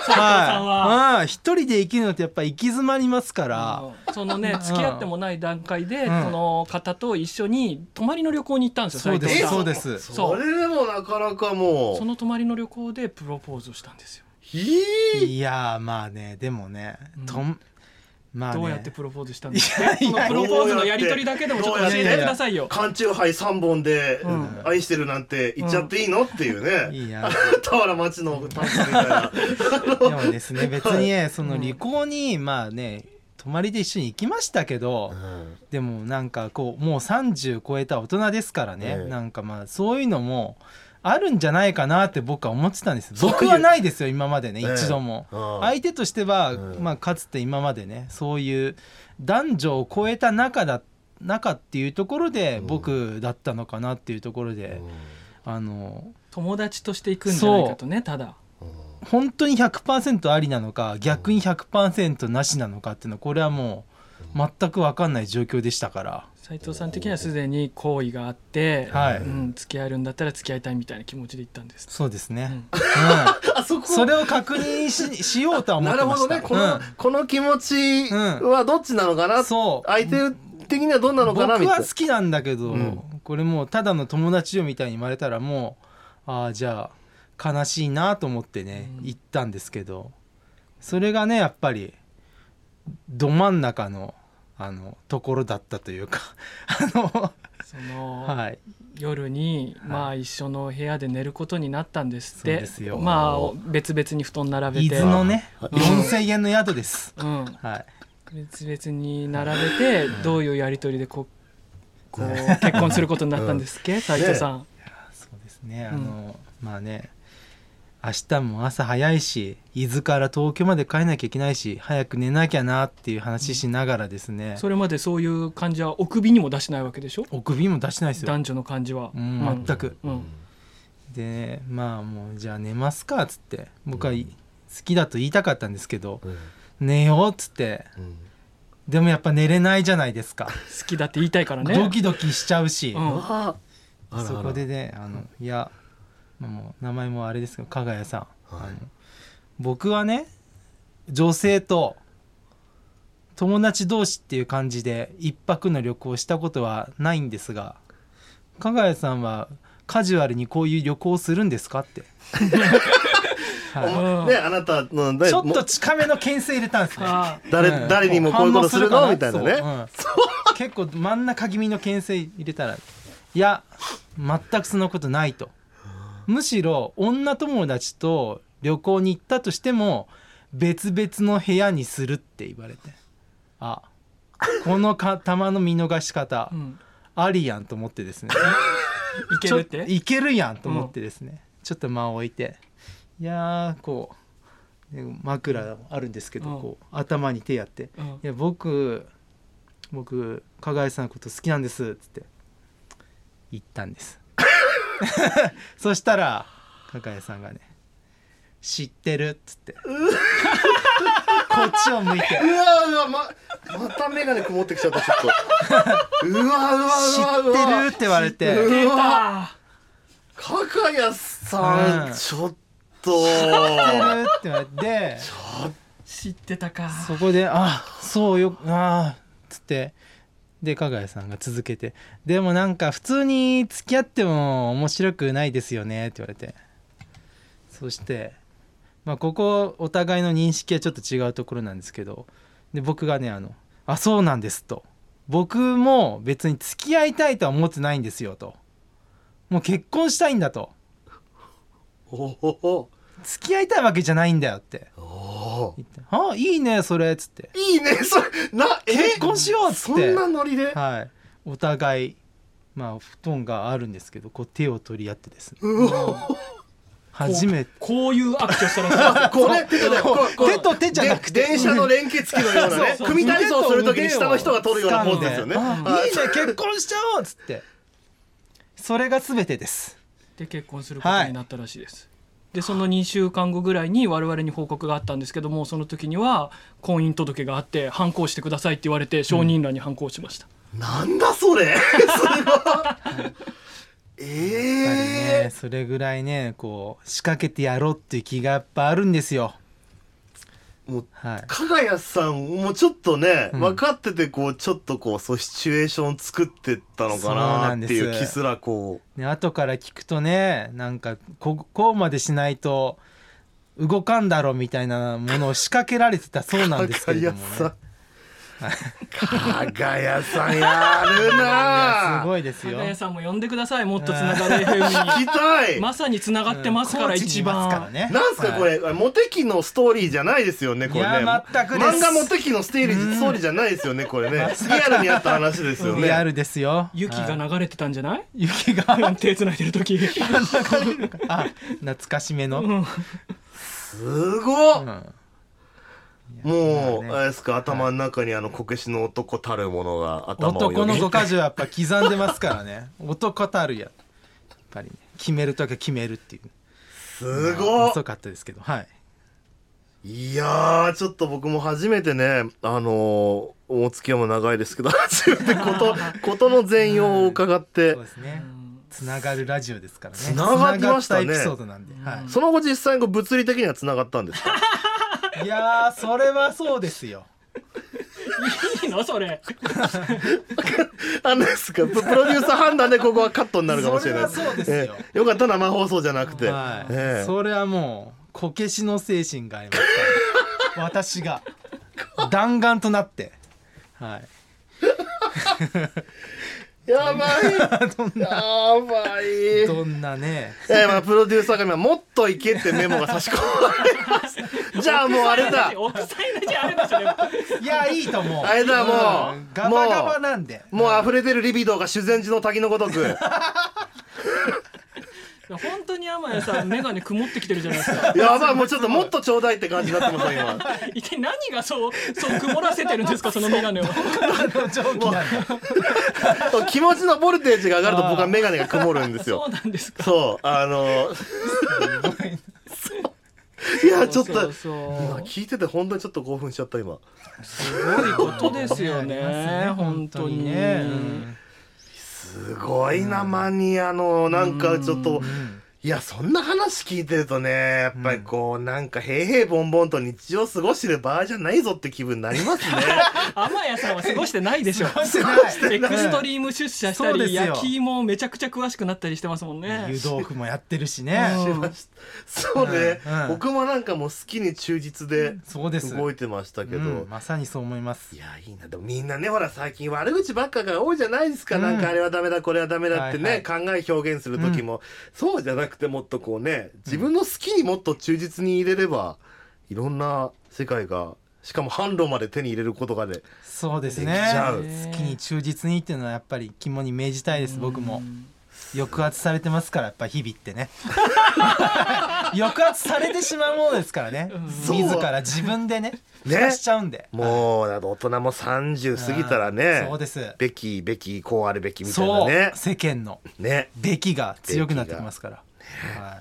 [SPEAKER 2] さんは
[SPEAKER 3] はいうん一人で生きるのってやっぱ行き詰まりますから
[SPEAKER 2] うんそのね付き合ってもない段階で、
[SPEAKER 3] うん
[SPEAKER 2] その方と一緒に泊まりの旅行に行ったんですよ
[SPEAKER 3] そうで
[SPEAKER 2] 斉
[SPEAKER 3] す
[SPEAKER 2] 藤さ
[SPEAKER 3] そ
[SPEAKER 2] ん
[SPEAKER 3] うです
[SPEAKER 1] それでもなかなかも
[SPEAKER 2] そうの泊まりの旅行でプロポーズをしたんですよ、
[SPEAKER 1] ひー
[SPEAKER 3] いやーまあねでもね
[SPEAKER 2] うん
[SPEAKER 3] とんまあね
[SPEAKER 2] どうやってプロポーズしたんです
[SPEAKER 3] いや
[SPEAKER 2] か
[SPEAKER 3] いや
[SPEAKER 2] そのプロポーズのやり取りだけでもちょっと教えてくださいよ
[SPEAKER 1] 缶チューハイ3本で
[SPEAKER 2] うん
[SPEAKER 1] 愛してるなんて言っちゃっていいのっていうね、
[SPEAKER 3] いや
[SPEAKER 1] 俵町のパンツみたいな
[SPEAKER 3] でもですね別に ねその離婚にまあね泊まりで一緒に行きましたけど、でもなんかこうもう30超えた大人ですからね、
[SPEAKER 1] ええ
[SPEAKER 3] なんかまあそういうのもあるんじゃないかなって僕は思ってたんです
[SPEAKER 1] そういう
[SPEAKER 3] 僕はないですよ今までね
[SPEAKER 1] ええ
[SPEAKER 3] 一度も、
[SPEAKER 1] ああ
[SPEAKER 3] 相手としては、
[SPEAKER 1] うん
[SPEAKER 3] まあ、かつて今までねそういう男女を超えた中だ中っていうところで
[SPEAKER 1] うん
[SPEAKER 3] 僕だったのかなっていうところで、
[SPEAKER 1] うん
[SPEAKER 3] あの
[SPEAKER 2] 友達として行くんじゃないかとねただ
[SPEAKER 3] 本当に100%ありなのか逆に100%なしなのかっていうのはこれはもう全く分かんない状況でしたから
[SPEAKER 2] 斉藤さん的にはすでに好意があって、
[SPEAKER 3] はい
[SPEAKER 2] うん、付き合えるんだったら付き合いたいみたいな気持ちで行ったんです
[SPEAKER 3] そうですね、うん
[SPEAKER 1] あそこ
[SPEAKER 3] それを確認ししようとは思っ
[SPEAKER 1] な
[SPEAKER 3] て
[SPEAKER 1] る
[SPEAKER 3] ま
[SPEAKER 1] ほど
[SPEAKER 3] した
[SPEAKER 1] ねこの、
[SPEAKER 3] うん
[SPEAKER 1] この気持ちはどっちなのかな、
[SPEAKER 3] そう
[SPEAKER 1] 相手的にはどんなのかなみたい
[SPEAKER 3] 僕は
[SPEAKER 1] な
[SPEAKER 3] 好きなんだけど、
[SPEAKER 1] うん
[SPEAKER 3] これもうただの友達よみたいに言われたらもうああじゃあ悲しいなと思ってね、
[SPEAKER 2] うん
[SPEAKER 3] 行ったんですけどそれがねやっぱりど真ん中のあのところだったというか あの、
[SPEAKER 2] その、
[SPEAKER 3] はい、
[SPEAKER 2] 夜に、
[SPEAKER 3] はい
[SPEAKER 2] まあ一緒の部屋で寝ることになったんですっ
[SPEAKER 3] そう
[SPEAKER 2] て
[SPEAKER 3] ですよ
[SPEAKER 2] まあお別々に布団並べ
[SPEAKER 3] 伊
[SPEAKER 2] て
[SPEAKER 3] 豆のね
[SPEAKER 1] うん
[SPEAKER 3] 4,000円の宿です。
[SPEAKER 2] うん、
[SPEAKER 3] はい、
[SPEAKER 2] 別々に並べてどういうやり取りでこうこう結婚することになったんですっけ斉藤さん、
[SPEAKER 3] そうですねあ
[SPEAKER 2] うん
[SPEAKER 3] の、まあね明日も朝早いし伊豆から東京まで帰んなきゃいけないし早く寝なきゃなっていう話しながらですね、
[SPEAKER 2] それまでそういう感じはお首にも出しないわけでしょ
[SPEAKER 3] お首も出してないですよ、
[SPEAKER 2] 男女の感じは、
[SPEAKER 3] うん
[SPEAKER 2] うん
[SPEAKER 3] 全く
[SPEAKER 2] うん
[SPEAKER 3] でまあもうじゃあ寝ますかっつって僕はい好きだと言いたかったんですけど
[SPEAKER 1] うん
[SPEAKER 3] 寝ようっつって
[SPEAKER 1] うん
[SPEAKER 3] でもやっぱ寝れないじゃないですか、
[SPEAKER 2] 好きだって言いたいからね
[SPEAKER 3] ドキドキしちゃうし、
[SPEAKER 2] うん
[SPEAKER 1] ああらあら
[SPEAKER 3] そこでねあのいや、まあもう名前もあれですけど加賀谷さん、
[SPEAKER 1] はい
[SPEAKER 3] あの僕はね女性と友達同士っていう感じで一泊の旅行をしたことはないんですが加賀谷さんはカジュアルにこういう旅行をするんですかって、
[SPEAKER 1] お
[SPEAKER 3] は
[SPEAKER 1] 前ねあなたの
[SPEAKER 3] い、
[SPEAKER 1] ね
[SPEAKER 3] ちょっ
[SPEAKER 1] も
[SPEAKER 3] と近めの牽制入れたん ですね
[SPEAKER 2] あ
[SPEAKER 1] 誰
[SPEAKER 3] うん
[SPEAKER 1] 誰にもこういうことするの
[SPEAKER 3] 反応
[SPEAKER 1] みたいなね
[SPEAKER 3] かそううん結構真ん中気味の牽制入れたらいや全くそのことないとむしろ女友達と旅行に行ったとしても別々の部屋にするって言われてあこのか玉の見逃し方
[SPEAKER 2] あ、うん、
[SPEAKER 3] ありやんと思ってですね
[SPEAKER 2] いけ
[SPEAKER 3] ちょ
[SPEAKER 2] る
[SPEAKER 3] っ
[SPEAKER 2] って
[SPEAKER 3] といけるやんと思ってですね、ちょっと間を置いていやーこうで枕あるんですけど、
[SPEAKER 2] うん
[SPEAKER 3] こう頭に手やって
[SPEAKER 2] うん
[SPEAKER 3] いや僕僕加賀谷さんのこと好きなんですっつって言ったんです そしたら加賀谷さんがね「知ってる」っつってこっちを向いて
[SPEAKER 1] うわうわままた眼鏡曇ってきちゃったちょっ とうわうわうわう
[SPEAKER 3] 知ってる
[SPEAKER 1] わ
[SPEAKER 3] って言われて
[SPEAKER 1] 知ってる
[SPEAKER 2] 出た
[SPEAKER 1] かかやさ
[SPEAKER 3] うんん
[SPEAKER 1] ちょっと
[SPEAKER 3] 「知ってる」って言われて
[SPEAKER 2] 知ってたか
[SPEAKER 3] そこで「あそうよああ」っつってで加賀谷さんが続けて「でもなんか普通に付き合っても面白くないですよね」って言われてそしてまあここお互いの認識はちょっと違うところなんですけどで僕がねあの「あそうなんです」と「僕も別に付き合いたいとは思ってないんですよ」と「もう結婚したいんだ」と
[SPEAKER 1] おお
[SPEAKER 3] 「付き合いたいわけじゃないんだよ」って
[SPEAKER 1] おお
[SPEAKER 3] 言って「あいいねそれ」っつって
[SPEAKER 1] いいね それなえ
[SPEAKER 3] 結婚しようっつっ
[SPEAKER 1] そ
[SPEAKER 3] て
[SPEAKER 1] んなノリで
[SPEAKER 3] はい、お互い、まあ、布団があるんですけどこう手を取り合ってですね
[SPEAKER 1] うお
[SPEAKER 3] 初めて
[SPEAKER 2] こういうアクションした らしい
[SPEAKER 1] これ手
[SPEAKER 3] 手と手じゃなくて
[SPEAKER 1] 電車の連結器の ようなね
[SPEAKER 2] そうそう
[SPEAKER 1] 組み体操するときに下の人が取るようなポーズですよね
[SPEAKER 3] 掴んであ
[SPEAKER 1] はい
[SPEAKER 3] いいね結婚しちゃおうっつってそれが全てです
[SPEAKER 2] で結婚することになったらしいです、でその2週間後ぐらいに我々に報告があったんですけどもその時には婚姻届があって反抗してくださいって言われて証人欄に反抗しました、
[SPEAKER 1] なんだそれそれは
[SPEAKER 3] やっぱりね
[SPEAKER 1] ええ
[SPEAKER 3] それぐらいねこう仕掛けてやろうっていう気がやっぱあるんですよ
[SPEAKER 1] もう
[SPEAKER 3] はい
[SPEAKER 1] 加賀谷さんもちょっとね、
[SPEAKER 3] うん
[SPEAKER 1] 分かっててこうちょっとこうそうシチュエーション作ってったのかなって
[SPEAKER 3] そう
[SPEAKER 1] い
[SPEAKER 3] な
[SPEAKER 1] う
[SPEAKER 3] んで
[SPEAKER 1] 気
[SPEAKER 3] す
[SPEAKER 1] すらこう
[SPEAKER 3] ね後から聞くとねなんかここうまでしないと動かんだろうみたいなものを仕掛けられてたそうなんですけれどもね
[SPEAKER 1] 加賀谷さんやる
[SPEAKER 3] いや
[SPEAKER 1] なぁ
[SPEAKER 3] すごいです
[SPEAKER 2] 加
[SPEAKER 3] よ
[SPEAKER 2] 賀谷さんも呼んでくださいもっとつながる FM
[SPEAKER 1] 聞きたい
[SPEAKER 2] にまさにつながってますから
[SPEAKER 3] うん高知に
[SPEAKER 2] 一
[SPEAKER 3] いますから
[SPEAKER 2] 番
[SPEAKER 3] ね
[SPEAKER 1] なんすかこれ、モテ期のストーリーじゃないですよねこれね
[SPEAKER 3] いや全くです
[SPEAKER 1] 漫画モテ期のステーリーストーリーじゃないですよねこれ ねリアルにあった話ですよね
[SPEAKER 3] リアルですよ
[SPEAKER 2] 雪
[SPEAKER 3] はい
[SPEAKER 2] が流れてたんじゃない
[SPEAKER 3] 雪が
[SPEAKER 2] 手繋いでる時
[SPEAKER 3] あ懐かしめの、
[SPEAKER 2] うん
[SPEAKER 1] すごっ、
[SPEAKER 3] うん
[SPEAKER 1] もう、
[SPEAKER 3] まあね
[SPEAKER 1] あれですか頭の中にあのこけしの男たるものが頭をよぎ
[SPEAKER 3] 男の五箇条やっぱ刻んでますからね男たるややっぱりね決めるときは決めるっていう
[SPEAKER 1] すごっ
[SPEAKER 3] 遅かったですけどはい
[SPEAKER 1] いやーちょっと僕も初めてねあのー、お付き合いも長いですけど 初めて ことことの全容を伺って
[SPEAKER 3] そうですねつながるラジオですからね
[SPEAKER 1] つながりましたね
[SPEAKER 3] つながったエピソードなんで、は
[SPEAKER 1] その後実際にこう物理的には繋がったんですか
[SPEAKER 3] い、いやーそれはそうですよ
[SPEAKER 2] いいのそれ
[SPEAKER 1] あんですかププロデューサー判断でここはカットになるかもしれない
[SPEAKER 3] それはそうです
[SPEAKER 1] え
[SPEAKER 3] よ
[SPEAKER 1] えよかった生放送じゃなくて、
[SPEAKER 3] はい、
[SPEAKER 1] ええ
[SPEAKER 3] それはもうこけしの精神がありますから私が弾丸となってはい
[SPEAKER 1] やばい やばい
[SPEAKER 3] どんなね
[SPEAKER 1] えーまあプロデューサーが今「もっといけ」ってメモが差し込まれ ますじゃあもうあれだ
[SPEAKER 2] 奥さんの字あれでしょでも
[SPEAKER 3] いやいいと思う
[SPEAKER 1] あれだもうん
[SPEAKER 3] ガバガバなんで
[SPEAKER 1] もう溢れてるリビドーが修善寺の滝のごとく
[SPEAKER 2] 本当に天谷さん眼鏡曇ってきてるじゃないですか
[SPEAKER 1] やばいもうちょっともっとちょうだいって感じになってますよ今
[SPEAKER 2] 一体何がそうそう曇らせてるんですかその眼鏡を
[SPEAKER 3] あの蒸気なんで
[SPEAKER 1] そう気持ちのボルテージが上がると僕は眼鏡が曇るんです
[SPEAKER 2] そ
[SPEAKER 1] よ
[SPEAKER 2] うなんですか
[SPEAKER 1] そうあ の そういやちょっと
[SPEAKER 2] そうそう
[SPEAKER 1] 今聞いてて本当にちょっと興奮しちゃった今
[SPEAKER 2] すごいことですよね
[SPEAKER 3] あります
[SPEAKER 2] 本当に
[SPEAKER 3] ね
[SPEAKER 2] ね、
[SPEAKER 3] うん
[SPEAKER 1] すごいなマニアのなんかちょっと
[SPEAKER 3] ん
[SPEAKER 1] いやそんな話聞いてるとねやっぱりこうなんか平々ボンボンと日常過ごしてる場合じゃないぞって気分になりますね
[SPEAKER 2] 天谷さんは過ごしてないでしょ
[SPEAKER 3] して
[SPEAKER 2] エクストリーム出社した
[SPEAKER 3] そうで
[SPEAKER 2] り
[SPEAKER 3] すよ
[SPEAKER 2] 焼き芋めちゃくちゃ詳しくなったりしてますもんね
[SPEAKER 3] 湯豆腐もやってるしね
[SPEAKER 2] うん
[SPEAKER 1] そうね、
[SPEAKER 3] うんうん
[SPEAKER 1] 僕もなんかもう好きに忠実で
[SPEAKER 3] そうです
[SPEAKER 1] 動いてましたけど、
[SPEAKER 3] うんまさにそう思います
[SPEAKER 1] いやいいなでもみんなねほら最近悪口ばっかが多いじゃないですか、
[SPEAKER 3] うん
[SPEAKER 1] なんかあれはダメだこれはダメだってね、
[SPEAKER 3] はい
[SPEAKER 1] 考え表現する時も、そうじゃなくてもっとこうね自分の好きにもっと忠実に入れれば、いろんな世界がしかも販路まで手に入れることがで、
[SPEAKER 3] そうです
[SPEAKER 1] でき
[SPEAKER 3] ね
[SPEAKER 1] ちゃう
[SPEAKER 3] 好きに忠実にっていうのはやっぱり肝に銘じたいです僕も抑圧されてますからやっぱ日々って ね抑圧されてしまうものですからね
[SPEAKER 1] そう
[SPEAKER 3] 自ら自分でね
[SPEAKER 1] ね
[SPEAKER 3] ねしちゃうんで
[SPEAKER 1] もうだと大人も30過ぎたらね
[SPEAKER 3] そうです
[SPEAKER 1] べきべきこうあるべきみたいな
[SPEAKER 3] そう
[SPEAKER 1] ね
[SPEAKER 3] 世間の
[SPEAKER 1] ね
[SPEAKER 3] 出来が強くなってきますからはい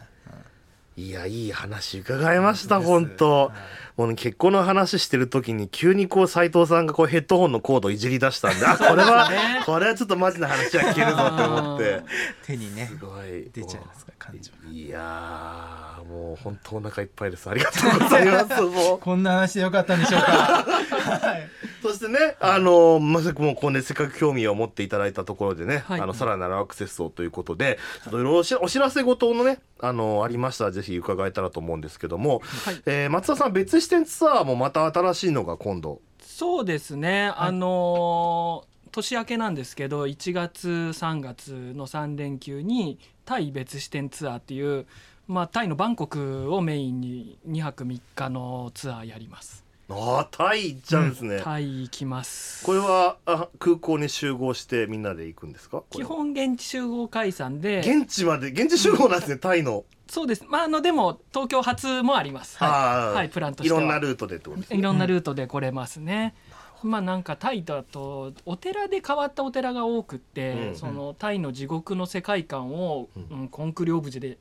[SPEAKER 1] いやいい話伺いました本
[SPEAKER 3] 本当です
[SPEAKER 1] 当
[SPEAKER 3] は
[SPEAKER 1] もうね結婚の話してる時に急にこう斎藤さんがこうヘッドホンのコードいじり出したんであこれは、これはちょっとマジな話は聞けるぞって思って
[SPEAKER 3] 手にね
[SPEAKER 1] すごい
[SPEAKER 3] 出ちゃいますから感情
[SPEAKER 1] いやーもう本当お腹いっぱいですありがとうございますもう
[SPEAKER 3] こんな話でよかったんでしょうかはい
[SPEAKER 1] そしてね、あのまさくもこうね、せっかく興味を持っていただいたところでね、
[SPEAKER 2] はい
[SPEAKER 1] あのさらなるアクセスをということで、ちょっといろいろお知お知らせごとのね、あのありましたらぜひ伺えたらと思うんですけども、
[SPEAKER 2] はい
[SPEAKER 1] えー松田さん別視点ツアーもまた新しいのが今度、
[SPEAKER 2] そうですね、あのー年明けなんですけど1月3月の3連休にタイ別支店ツアーっていう、まあ、タイのバンコクをメインに2泊3日のツアーやります
[SPEAKER 1] あータイ行っちゃうんですね。
[SPEAKER 2] タイ行きます
[SPEAKER 1] これはあ空港に集合してみんなで行くんですか？こ
[SPEAKER 2] 基
[SPEAKER 1] れは
[SPEAKER 2] 本現地集合解散で
[SPEAKER 1] 現地まで現地集合なんですね、タイの。
[SPEAKER 2] そうですまああのでも東京発もありますはい、
[SPEAKER 1] あー
[SPEAKER 2] はいプランと
[SPEAKER 1] い
[SPEAKER 2] しては
[SPEAKER 1] ろんなルートでってことですね。
[SPEAKER 2] いろんなルートで来れますね。まあなんかタイだとお寺で変わったお寺が多くって、
[SPEAKER 1] うん
[SPEAKER 2] そのタイの地獄の世界観を、
[SPEAKER 1] う
[SPEAKER 2] うんコンクリオブジェで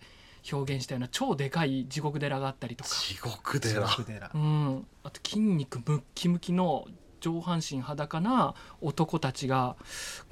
[SPEAKER 2] 表現したような超でかい地獄寺があったりとか、
[SPEAKER 1] 地獄
[SPEAKER 3] 地
[SPEAKER 1] 寺。
[SPEAKER 3] 獄寺
[SPEAKER 2] うん、あと筋肉ムッキムキの上半身裸な男たちが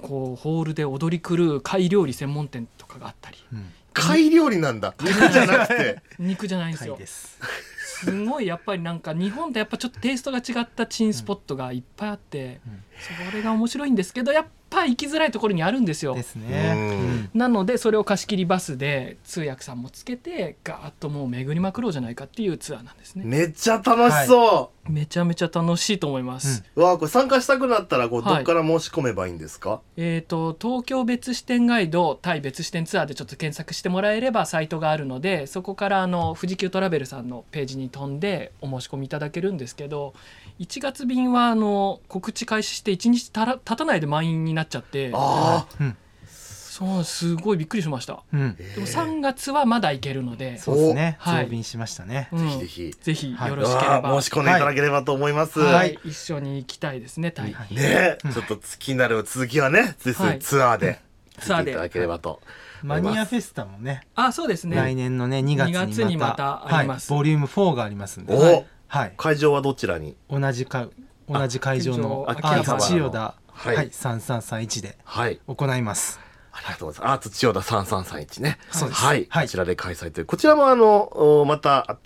[SPEAKER 2] こうホールで踊り狂う貝料理専門店とかがあったり
[SPEAKER 3] うん
[SPEAKER 1] 貝料理なん だ。肉じゃなくて。
[SPEAKER 2] 肉じゃないんですよ
[SPEAKER 3] タイです
[SPEAKER 2] すごいやっぱりなんか日本とやっぱちょっとテイストが違ったチンスポットがいっぱいあって、
[SPEAKER 3] うん
[SPEAKER 2] それが面白いんですけどやっぱ行きづらいところにあるんですよ
[SPEAKER 3] ですね
[SPEAKER 1] うん
[SPEAKER 3] うん
[SPEAKER 2] なのでそれを貸し切りバスで通訳さんもつけてガーッともう巡りまくろうじゃないかっていうツアーなんですね
[SPEAKER 1] めっちゃ楽しそう。
[SPEAKER 2] めちゃめちゃ楽しいと思います、
[SPEAKER 1] わあこれ参加したくなったらこうど
[SPEAKER 2] は
[SPEAKER 1] っ
[SPEAKER 2] い
[SPEAKER 1] から申し込めばいいんですか、
[SPEAKER 2] えっ、と東京別支店ガイド対別支店ツアーでちょっと検索してもらえればサイトがあるのでそこからあの富士急トラベルさんのページに飛んでお申し込みいただけるんですけど1月便はあの告知開始して1日たら経たないで満員になっちゃって
[SPEAKER 1] ああ
[SPEAKER 3] うん
[SPEAKER 2] そうすごいびっくりしました
[SPEAKER 3] うん
[SPEAKER 2] でも3月はまだ行けるので、
[SPEAKER 3] そうですね
[SPEAKER 2] はい
[SPEAKER 3] 増便しましたね
[SPEAKER 2] うん
[SPEAKER 1] ぜひぜ
[SPEAKER 2] ぜひ
[SPEAKER 3] はい
[SPEAKER 2] よろ
[SPEAKER 1] ひ
[SPEAKER 2] しけれ
[SPEAKER 1] わ
[SPEAKER 2] ば、
[SPEAKER 1] あ申し込んでいただければと思います、
[SPEAKER 2] は
[SPEAKER 3] はい
[SPEAKER 2] い、一緒に行きたいですねタイに、
[SPEAKER 3] はい
[SPEAKER 1] ねえ、ちょっと気になる続きはねぜひ
[SPEAKER 2] はい
[SPEAKER 1] ツアーでついていただければと思
[SPEAKER 3] マ
[SPEAKER 1] います。
[SPEAKER 3] ニアフェスタもね
[SPEAKER 2] あそうですね
[SPEAKER 3] 来年のね2月にまた
[SPEAKER 2] 2月にまたあります
[SPEAKER 3] はい、ボリューム4がありますんで、
[SPEAKER 1] お、
[SPEAKER 3] はいはい、
[SPEAKER 1] 会場はどちらに
[SPEAKER 3] 同じか同じ会場のア
[SPEAKER 1] あ
[SPEAKER 3] ー
[SPEAKER 1] 秋葉原の
[SPEAKER 3] ツ千代田、
[SPEAKER 1] は
[SPEAKER 3] はいい3331で
[SPEAKER 1] はい。
[SPEAKER 3] 行います
[SPEAKER 1] ありがとうございます。アーツ千代田3331ね。
[SPEAKER 3] そうです
[SPEAKER 1] はい。
[SPEAKER 3] はい
[SPEAKER 1] こちらで開催という。こちらもあの、おまた、あ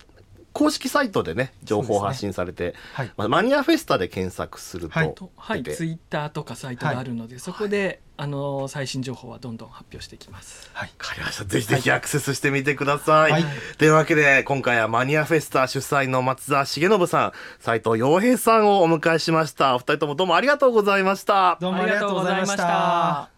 [SPEAKER 1] 公式サイトでね、情報を発信されて、
[SPEAKER 3] はい
[SPEAKER 1] まあマニアフェスタで検索すると、
[SPEAKER 3] はい
[SPEAKER 2] とはい
[SPEAKER 1] 出て
[SPEAKER 2] ツイッターとかサイトがあるので、そこで、あのー最新情報はどんどん発表していきます。
[SPEAKER 3] はい
[SPEAKER 1] わかりました。ぜひぜひアクセスしてみてください。
[SPEAKER 3] はい
[SPEAKER 1] というわけで、今回はマニアフェスタ主催の松田重信さん、斉藤洋平さんをお迎えしました。お二人ともどうもありがとうございました。
[SPEAKER 3] どうもありがとうございました。